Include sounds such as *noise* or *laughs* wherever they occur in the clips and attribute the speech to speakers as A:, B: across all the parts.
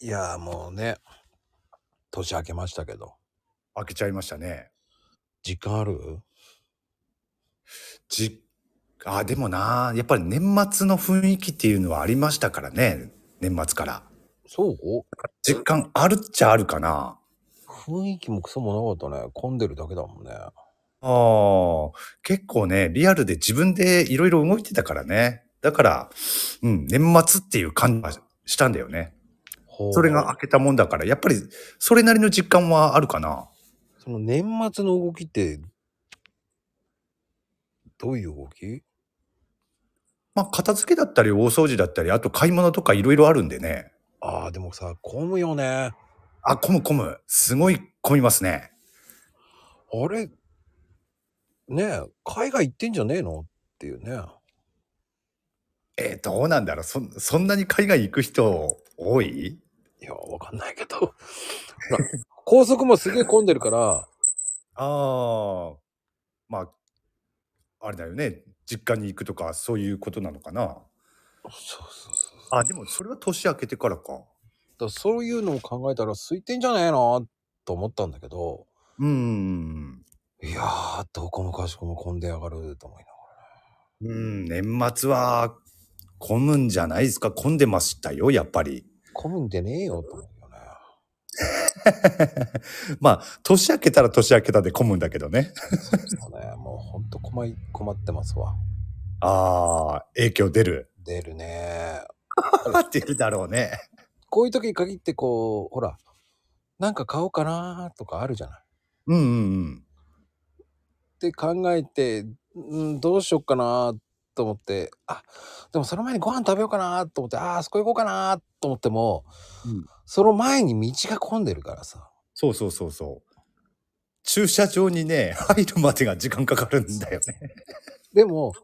A: いやーもうね、年明けましたけど、
B: 開けちゃいましたね。
A: 時間ある
B: じ、あ、でもな、やっぱり年末の雰囲気っていうのはありましたからね。年末から。
A: そう
B: 実感あるっちゃあるかな。
A: 雰囲気もクソもなかったね。混んでるだけだもんね。
B: ああ、結構ね、リアルで自分でいろいろ動いてたからね。だから、うん、年末っていう感じがしたんだよね。
A: ほう
B: それが開けたもんだから、やっぱりそれなりの実感はあるかな。
A: その年末の動きって、どういう動き
B: まあ、片付けだったり、大掃除だったり、あと買い物とかいろいろあるんでね。
A: ああ、でもさ、混むよね。あ
B: あ、混む混む。すごい混みますね。
A: れ、ねえ、海外行ってんじゃねえのっていうね。
B: えー、どうなんだろうそんそんなに海外行く人多い
A: いや、わかんないけど。ほ *laughs* ら高速もすげえ混んでるから、
B: ああまああれだよね実家に行くとかそういうことなのかな
A: そうそうそう。
B: あでもそれは年明けてからか
A: だからそういうのを考えたら空いてんじゃねえのと思ったんだけど
B: うーん
A: いやーどこもかしこも混んでやがると思いなが
B: うん年末は混むんじゃないですか混んでましたよやっぱり
A: ら混むんでねえよと思うよね
B: まあ年明けたら年明けたで混むんだけどね
A: そうねもうほんと困い困ってますわ
B: ああ *laughs* 影響出る
A: 出るね
B: 出るだろうね
A: こういう時に限ってこうほらなんか買おうかなとかあるじゃない
B: うんうんうん
A: って考えて、うん、どうしよっかなと思ってあでもその前にご飯食べようかなと思ってあーあそこ行こうかなと思っても、
B: うん
A: その前に道が混んでるからさ
B: そうそうそうそう。駐車場にね、入るまでが時間かかるんだよね。
A: でも、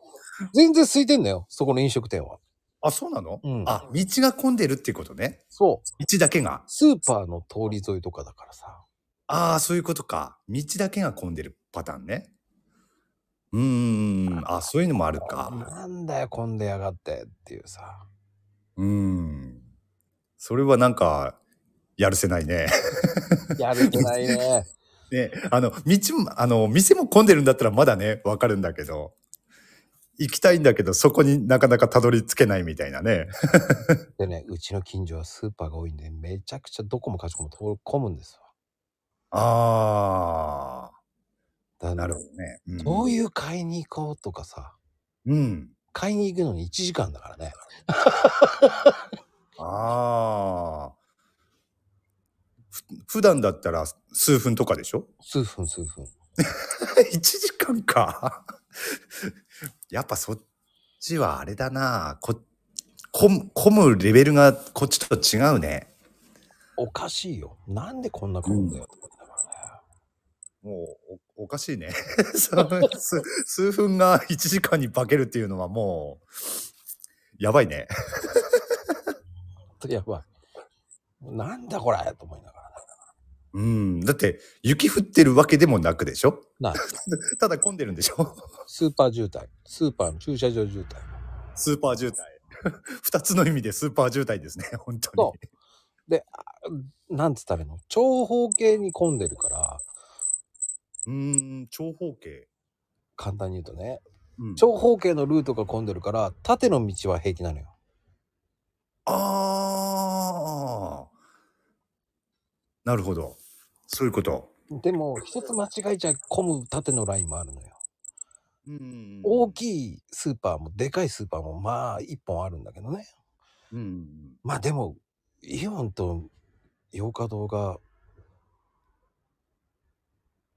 A: 全然空いてんだよ、そこの飲食店は。
B: *laughs* あ、そうなの、
A: うん
B: あ、道が混んでるっていうことね。
A: そう。
B: 道だけが。
A: スーパーの通り沿いとかだからさ。
B: ああ、そういうことか。道だけが混んでるパターンね。うーん。あ、そういうのもあるか。
A: なんだよ、混んでやがってっていうさ。
B: うーん。それはなんか、やるせないね。
A: *laughs*
B: *laughs*
A: やる気ないね。
B: ね、あの、道も、あの、店も混んでるんだったらまだね、わかるんだけど。行きたいんだけど、そこになかなかたどり着けないみたいなね。
A: *laughs* でね、うちの近所はスーパーが多いんで、めちゃくちゃどこもかしこも通り込むんです
B: ああ。
A: わ。
B: なるほ
A: ど。
B: どね。うん
A: どういう買いに行こうとかさ。
B: うん。
A: 買いに行くのに1時間だからね。
B: ああ。ふ普段だったら数分とかでしょ *laughs*
A: 数分数分。
B: ?1 時間か。やっぱそっちはあれだな。こ、混混むレベルがこっちと違うね。
A: おかしいよ。なんでこんな混むんだよと思いながらね。
B: もうおおかしいね *laughs* その数。数分が1時間に化けるっていうのはもう、やばいね。
A: やばい。なんだこれと思いながらね。
B: うん。だって、雪降ってるわけでもなくでしょ
A: なんで
B: *laughs* ただ混んでるんでしょ
A: スーパー渋滞。スーパーの駐車場渋滞。
B: スーパー渋滞。 *laughs* 二つの意味でスーパー渋滞ですね、 *laughs* 本当に
A: そ。なんつったらいいの長方形に混んでるから、
B: うーん、長方形。
A: 簡単に言うとね、
B: うん、
A: 長方形のルートが混んでるから、縦の道は平気なのよ。
B: あー。なるほど。そういうこと。
A: でも、一つ間違えちゃ混む縦のラインもあるのよ。
B: うん
A: 大
B: い。
A: きいスーパーも、でかいスーパーも、まあ、一本あるんだけどね。
B: うん。
A: まあでも、イオンと洋華堂が、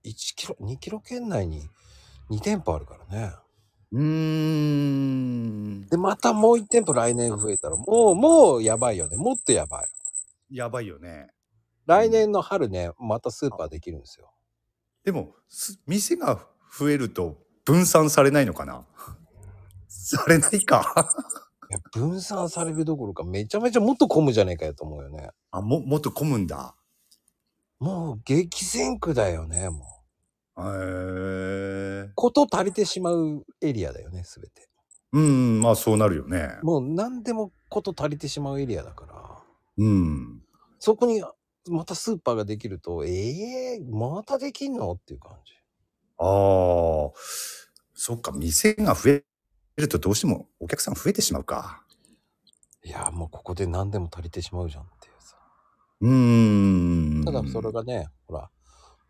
A: 1キロ、2キロ圏内に2店舗あるからね。
B: うーん。
A: で、またもう一店舗来年増えたら、もう、もうやばいよね。もっとやばい。
B: やばいよね。
A: 来年の春ね、またスーパーできるんですよ。
B: でも、す店が増えると分散されないのかな *laughs* されないか。 *laughs*
A: いや、分散されるどころか、めちゃめちゃもっと混むじゃねえかよと思うよね。
B: あ、も、もっと混むんだ。
A: もう激戦区だよね、もう。
B: へー。
A: こと足りてしまうエリアだよね、すべて。
B: うん、まあそうなるよね。
A: もう何でもこと足りてしまうエリアだから。
B: うん。
A: そこにまたスーパーができると、ええまたできんのっていう感じ。
B: ああ、そっか、店が増えるとどうしてもお客さん増えてしまうか。
A: いや、もうここで何でも足りてしまうじゃんっていうさ。
B: うーん。
A: ただそれがね、ほら、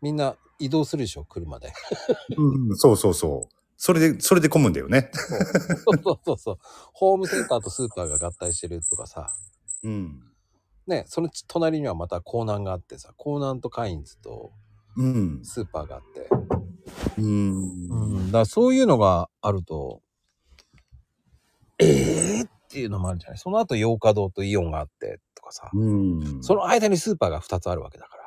A: みんな移動するでしょ、車で。 *laughs*
B: うん、そうそうそう。それで、それで混むんだよね。 *laughs*
A: そうそうそうそう。ホームセンターとスーパーが合体してるとかさ。
B: うん。
A: ね、その隣にはまた港南があってさ、港南とカインズと
B: うん。
A: スーパーがあって。
B: うん。
A: だからそういうのがあると、ええっていうのもあるじゃない。その後、洋華堂とイオンがあってとかさ。
B: うん。
A: その間にスーパーが2つあるわけだから。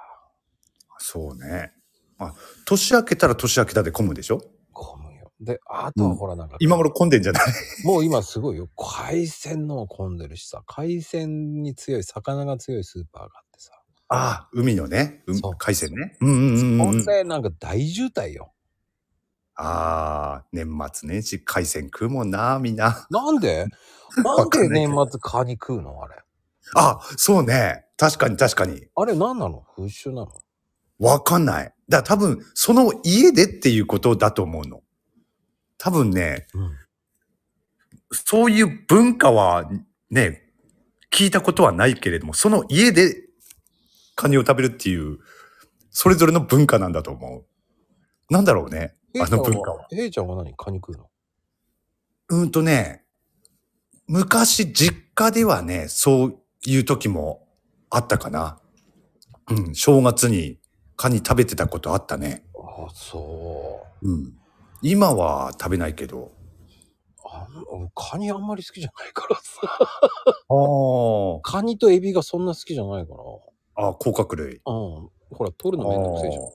B: そうね。あ、年明けたら年明けたで混むでしょ
A: 混むよ。で、あとはほらなんか、
B: 今頃混んでんじゃない *laughs*
A: もう今すごいよ。海鮮のも混んでるしさ、海鮮に強い、魚が強いスーパーがあってさ。
B: ああ、海のね、うん
A: そう
B: 海鮮ね。うんうんうん
A: ほ
B: うんん。
A: で、なんか大渋滞よ。
B: ああ、年末年始海鮮食うもんな、みんな。
A: なん
B: *laughs*
A: でな
B: わ
A: ん
B: かんな
A: で
B: いけど
A: 年末カニ食うのあれ。
B: あ、そうね。確かに確かに。
A: あれ何なの風習なの
B: わかんない。だから多分、その家でっていうことだと思うの。多分ね、
A: うん。
B: そういう文化はね、聞いたことはないけれども、その家でカニを食べるっていう、それぞれの文化なんだと思う。なんだろうね。あの文化は。
A: ヘイちゃんは何カニ食うの
B: うーんとね、昔実家ではね、そういう時もあったかな。うん、正月にカニ食べてたことあったね。
A: あ、そう。
B: うん。今は食べないけど。
A: あんカニあんまり好きじゃないからさ。 *laughs*
B: あー
A: カニとエビがそんな好きじゃないから。うん。
B: あ、甲殻類。
A: ほら、取るのめんどくせえじゃん。
B: あー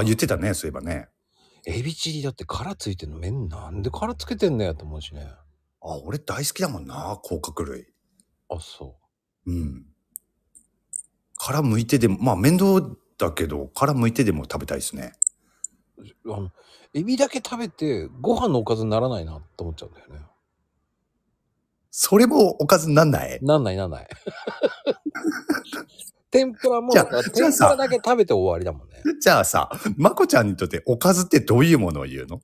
B: あー、言ってたね、そういえばね。
A: エビチリだって殻ついてるのめんなんで殻つけてんだよと思うしね。
B: あー俺大好きだもんな、甲殻類。
A: あ、そ
B: うん。殻剥いてでも、まあ面倒だけど、殻剥いてでも食べたいですね。
A: う。あの、エビだけ食べてご飯のおかずにならないなと思っちゃうんだよね。
B: それもおかずになんない *laughs*
A: なんないなんない。天ぷらも、
B: じゃあ
A: だから
B: じゃあ
A: 天ぷ
B: さ
A: らだけ食べて終わりだもんね。
B: じゃあさ、まこちゃんにとっておかずってどういうものを言うの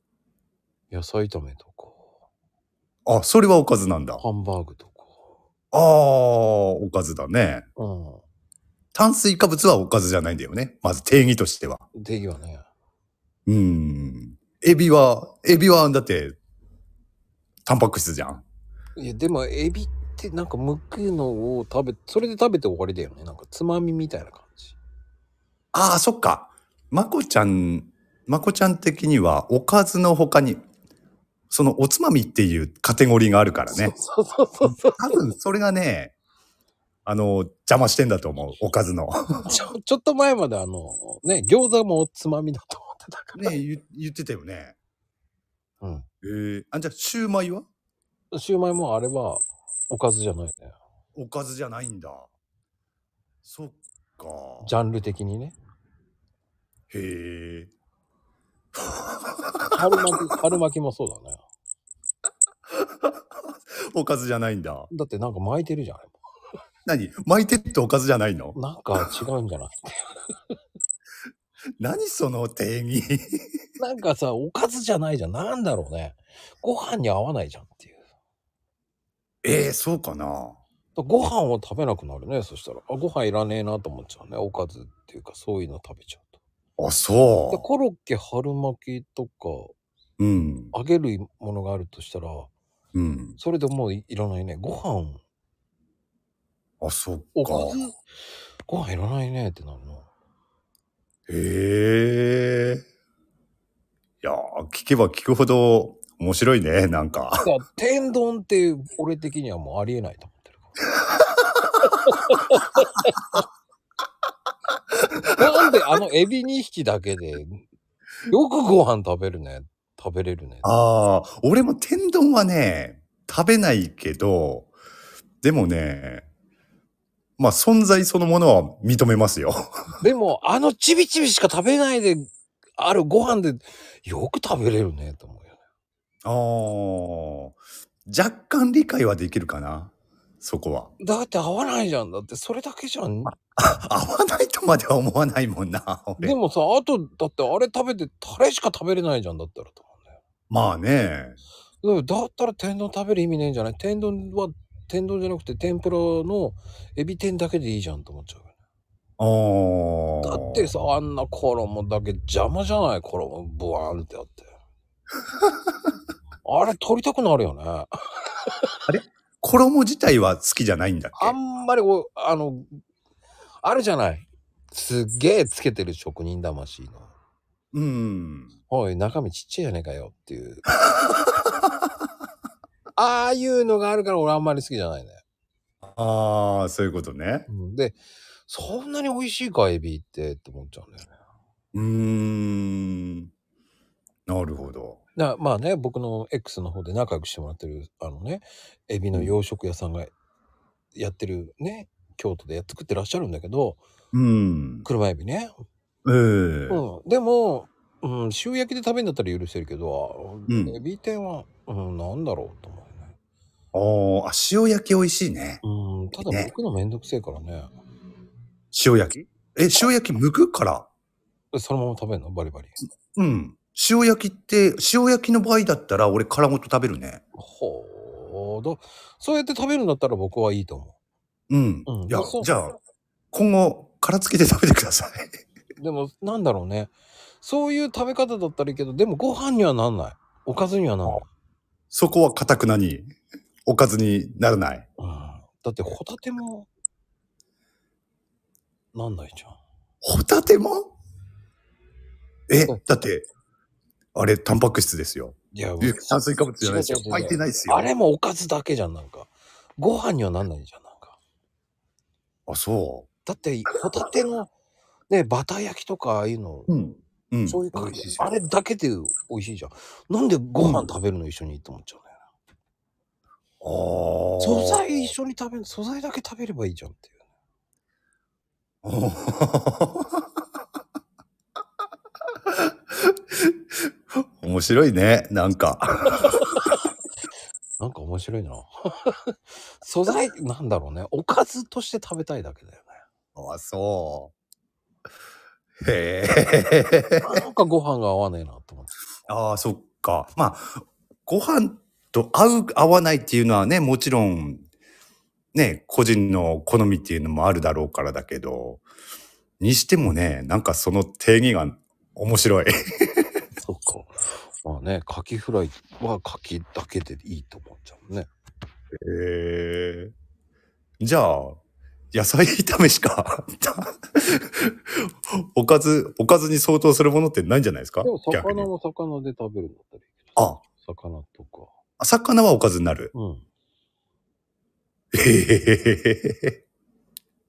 A: 野菜炒めとか、
B: あ、それはおかずなんだ。あ
A: ハンバーグとか。
B: あー、おかずだね。
A: うん。
B: 炭水化物はおかずじゃないんだよね。まず定義としては。
A: でいいわね。
B: うん。エビは、エビはだって、タンパク質じゃん。
A: いやでもエビってなんか剥くのを食べそれで食べて終わりだよねなんかつまみみたいな感じ
B: ああ、そっか。まこちゃん、まこちゃん的には、おかずの他に、そのおつまみっていうカテゴリーがあるからね。
A: そうそうそうそう
B: 多分それがね、あの、邪魔してんだと思う。おかずの。
A: ちょちょっと前まであのね餃子もおつまみだと思ってたから、
B: ね言言ってたよね。
A: うん
B: えー、あ、じゃあ、シューマイは
A: シューマイもあれはおかずじゃないね
B: おかずじゃないんだ。そっか。
A: ジャンル的にね
B: へえ。
A: 春巻き春巻きもそうだね
B: おかずじゃないんだ。
A: だってなんか巻いてるじゃんあれも
B: 何巻いてっておかずじゃないの
A: なんか違うん *laughs* じゃない
B: 何その定義
A: *laughs* なんかさおかずじゃないじゃんなんだろうねご飯に合わないじゃんっていう
B: えー、そうかな
A: ご飯を食べなくなるねそしたらあご飯いらねえなと思っちゃうねおかずっていうかそういうの食べちゃう
B: あ、
A: とで
B: そ
A: コロッケ春巻きとか
B: う。うん。
A: 揚げるものがあるとしたら
B: うん。
A: それでもういいらないねご飯
B: あ、そっか。
A: おかずご飯いらないねってなるの
B: へえ。いやー、聞けば聞くほど面白いね、なんか。
A: だから天丼って俺的にはもうありえないと思ってるからなんであのエビ2匹だけでよくご飯食べるね食べれるね
B: ああ、俺も天丼はね、食べないけど、でもね、まあ存在そのものは認めますよ。
A: でもあのちびちびしか食べないであるご飯でよく食べれるねと思うよね。
B: ああ、若干理解はできるかな。そこは。
A: だって合わないじゃんだってそれだけじゃん
B: 合わないとまでは思わないもんな、俺
A: でもさあとだってあれ食べてタレしか食べれないじゃんだったらと思うんだよ
B: まあね。
A: だからだったら天丼食べる意味ねえんじゃない天丼は天丼じゃなくて天ぷらのエビ天だけでいいじゃんと思っちゃうよね
B: ああ。
A: だってさあんな衣だけ邪魔じゃない衣ブワーンってあってあれ取りたくなるよね
B: 衣自体は好きじゃないんだっけ
A: あんまりおあのあるじゃないすっげえつけてる職人魂の
B: うん。
A: おい中身ちっちゃいじゃねえかよっていうああいうのがあるから俺あんまり好きじゃないね
B: ああ、そういうことね。
A: うんでそんなに美味しいかエビってって思っちゃうんだよね
B: うーん。なるほど。
A: なまあね僕の X の方で仲良くしてもらってるあのねエビの養殖屋さんがやってるね京都で作ってらっしゃるんだけど
B: うん。
A: 車エビね、
B: ええ
A: うん、でも、うん、塩焼きで食べるんだったら許してるけど、
B: うん
A: エビ天は、うん、なんだろうと思うね
B: あーあ、塩焼き美味しいね。
A: うん、ただ
B: ね
A: 僕のめんどくせえからね。
B: 塩焼きえ、塩焼き剥くから
A: そのまま食べるのバリバリ。
B: うん。塩焼きって、塩焼きの場合だったら俺殻ごと食べるね。
A: ほうど。そうやって食べるんだったら僕はいいと思
B: うん。
A: うん
B: いや
A: そう、
B: じゃあ、今後、殻付けて食べてください。
A: う。でも、なんだろうね。そういう食べ方だったらいいけど、でもご飯にはなんない。おかずにはなんない。
B: そこはかたくなに、おかずにならない。
A: うん、だってホタテも、なんないじゃん。
B: ホタテもえ
A: うん、
B: だって、あれ、タンパク質ですよ。
A: いや、
B: 有機炭水化物じゃないですよ
A: 違う違う違。う
B: 入ってないですよ。
A: あれもおかずだけじゃん、なんか。ご飯にはなんないじゃん、なんか。
B: あ、そ
A: だって、ホタテの、ね、バター焼きとかああいうの、
B: う。うん。うん。
A: そういう感
B: 美味
A: じ
B: しい。
A: あれだけで美味しいじゃん。なんでご飯食べるの一緒にって思っちゃうね。
B: あー
A: 素材一緒に食べる、素材だけ食べればいいじゃんっていう。
B: *laughs* 面白いね、なんか。
A: なんか面白いな。 *laughs* 素材、なんだろうね。おかずとして食べたいだけだよ
B: あそう。へえ。
A: ね。なんかご飯が合わねえなと思って。
B: ああ、そっか。まあ、ご飯と合う、合わないっていうのはね、もちろん、ね、個人の好みっていうのもあるだろうからだけど、にしてもね、なんかその定義が面白い。
A: そっか。まあね、カキフライはカキだけでいいと思っちゃうね。
B: へえ。じゃあ、野菜炒めしか、 *laughs* おかず、おかずに相当するものってないんじゃないですか
A: でも
B: 逆
A: 魚
B: に。
A: も魚で食べるんだったらいいけど。
B: あ、
A: 魚とか。
B: 魚はおかずになる。
A: うん。
B: へへへ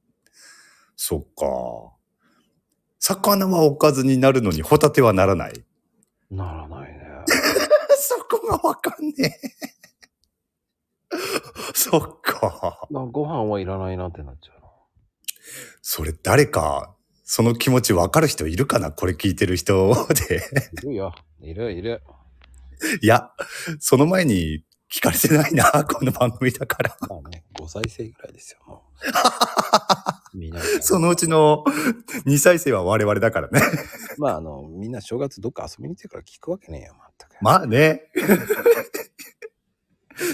B: *laughs* そっか。魚はおかずになるのにホタテはならない。
A: ならないね。
B: *laughs* そこがわかんねえ。 *laughs* そっか。
A: なんかご飯はいらないなってなっちゃうな。
B: それ誰か、その気持ちわかる人いるかなこれ聞いてる人 *laughs* で。
A: いるよ。いるいる。
B: いや、その前に聞かれてないな、この番組だから。
A: まあね、5再生ぐらいですよ、も
B: *laughs*
A: う。みんな。
B: そのうちの2再生は我々だからね。
A: まあ、あの、みんな正月どっか遊びに行ってから聞くわけねえよ、まったく。
B: まあね。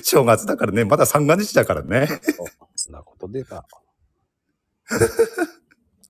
B: 正月だからね、まだ三が日だからね。
A: そんなことでさ。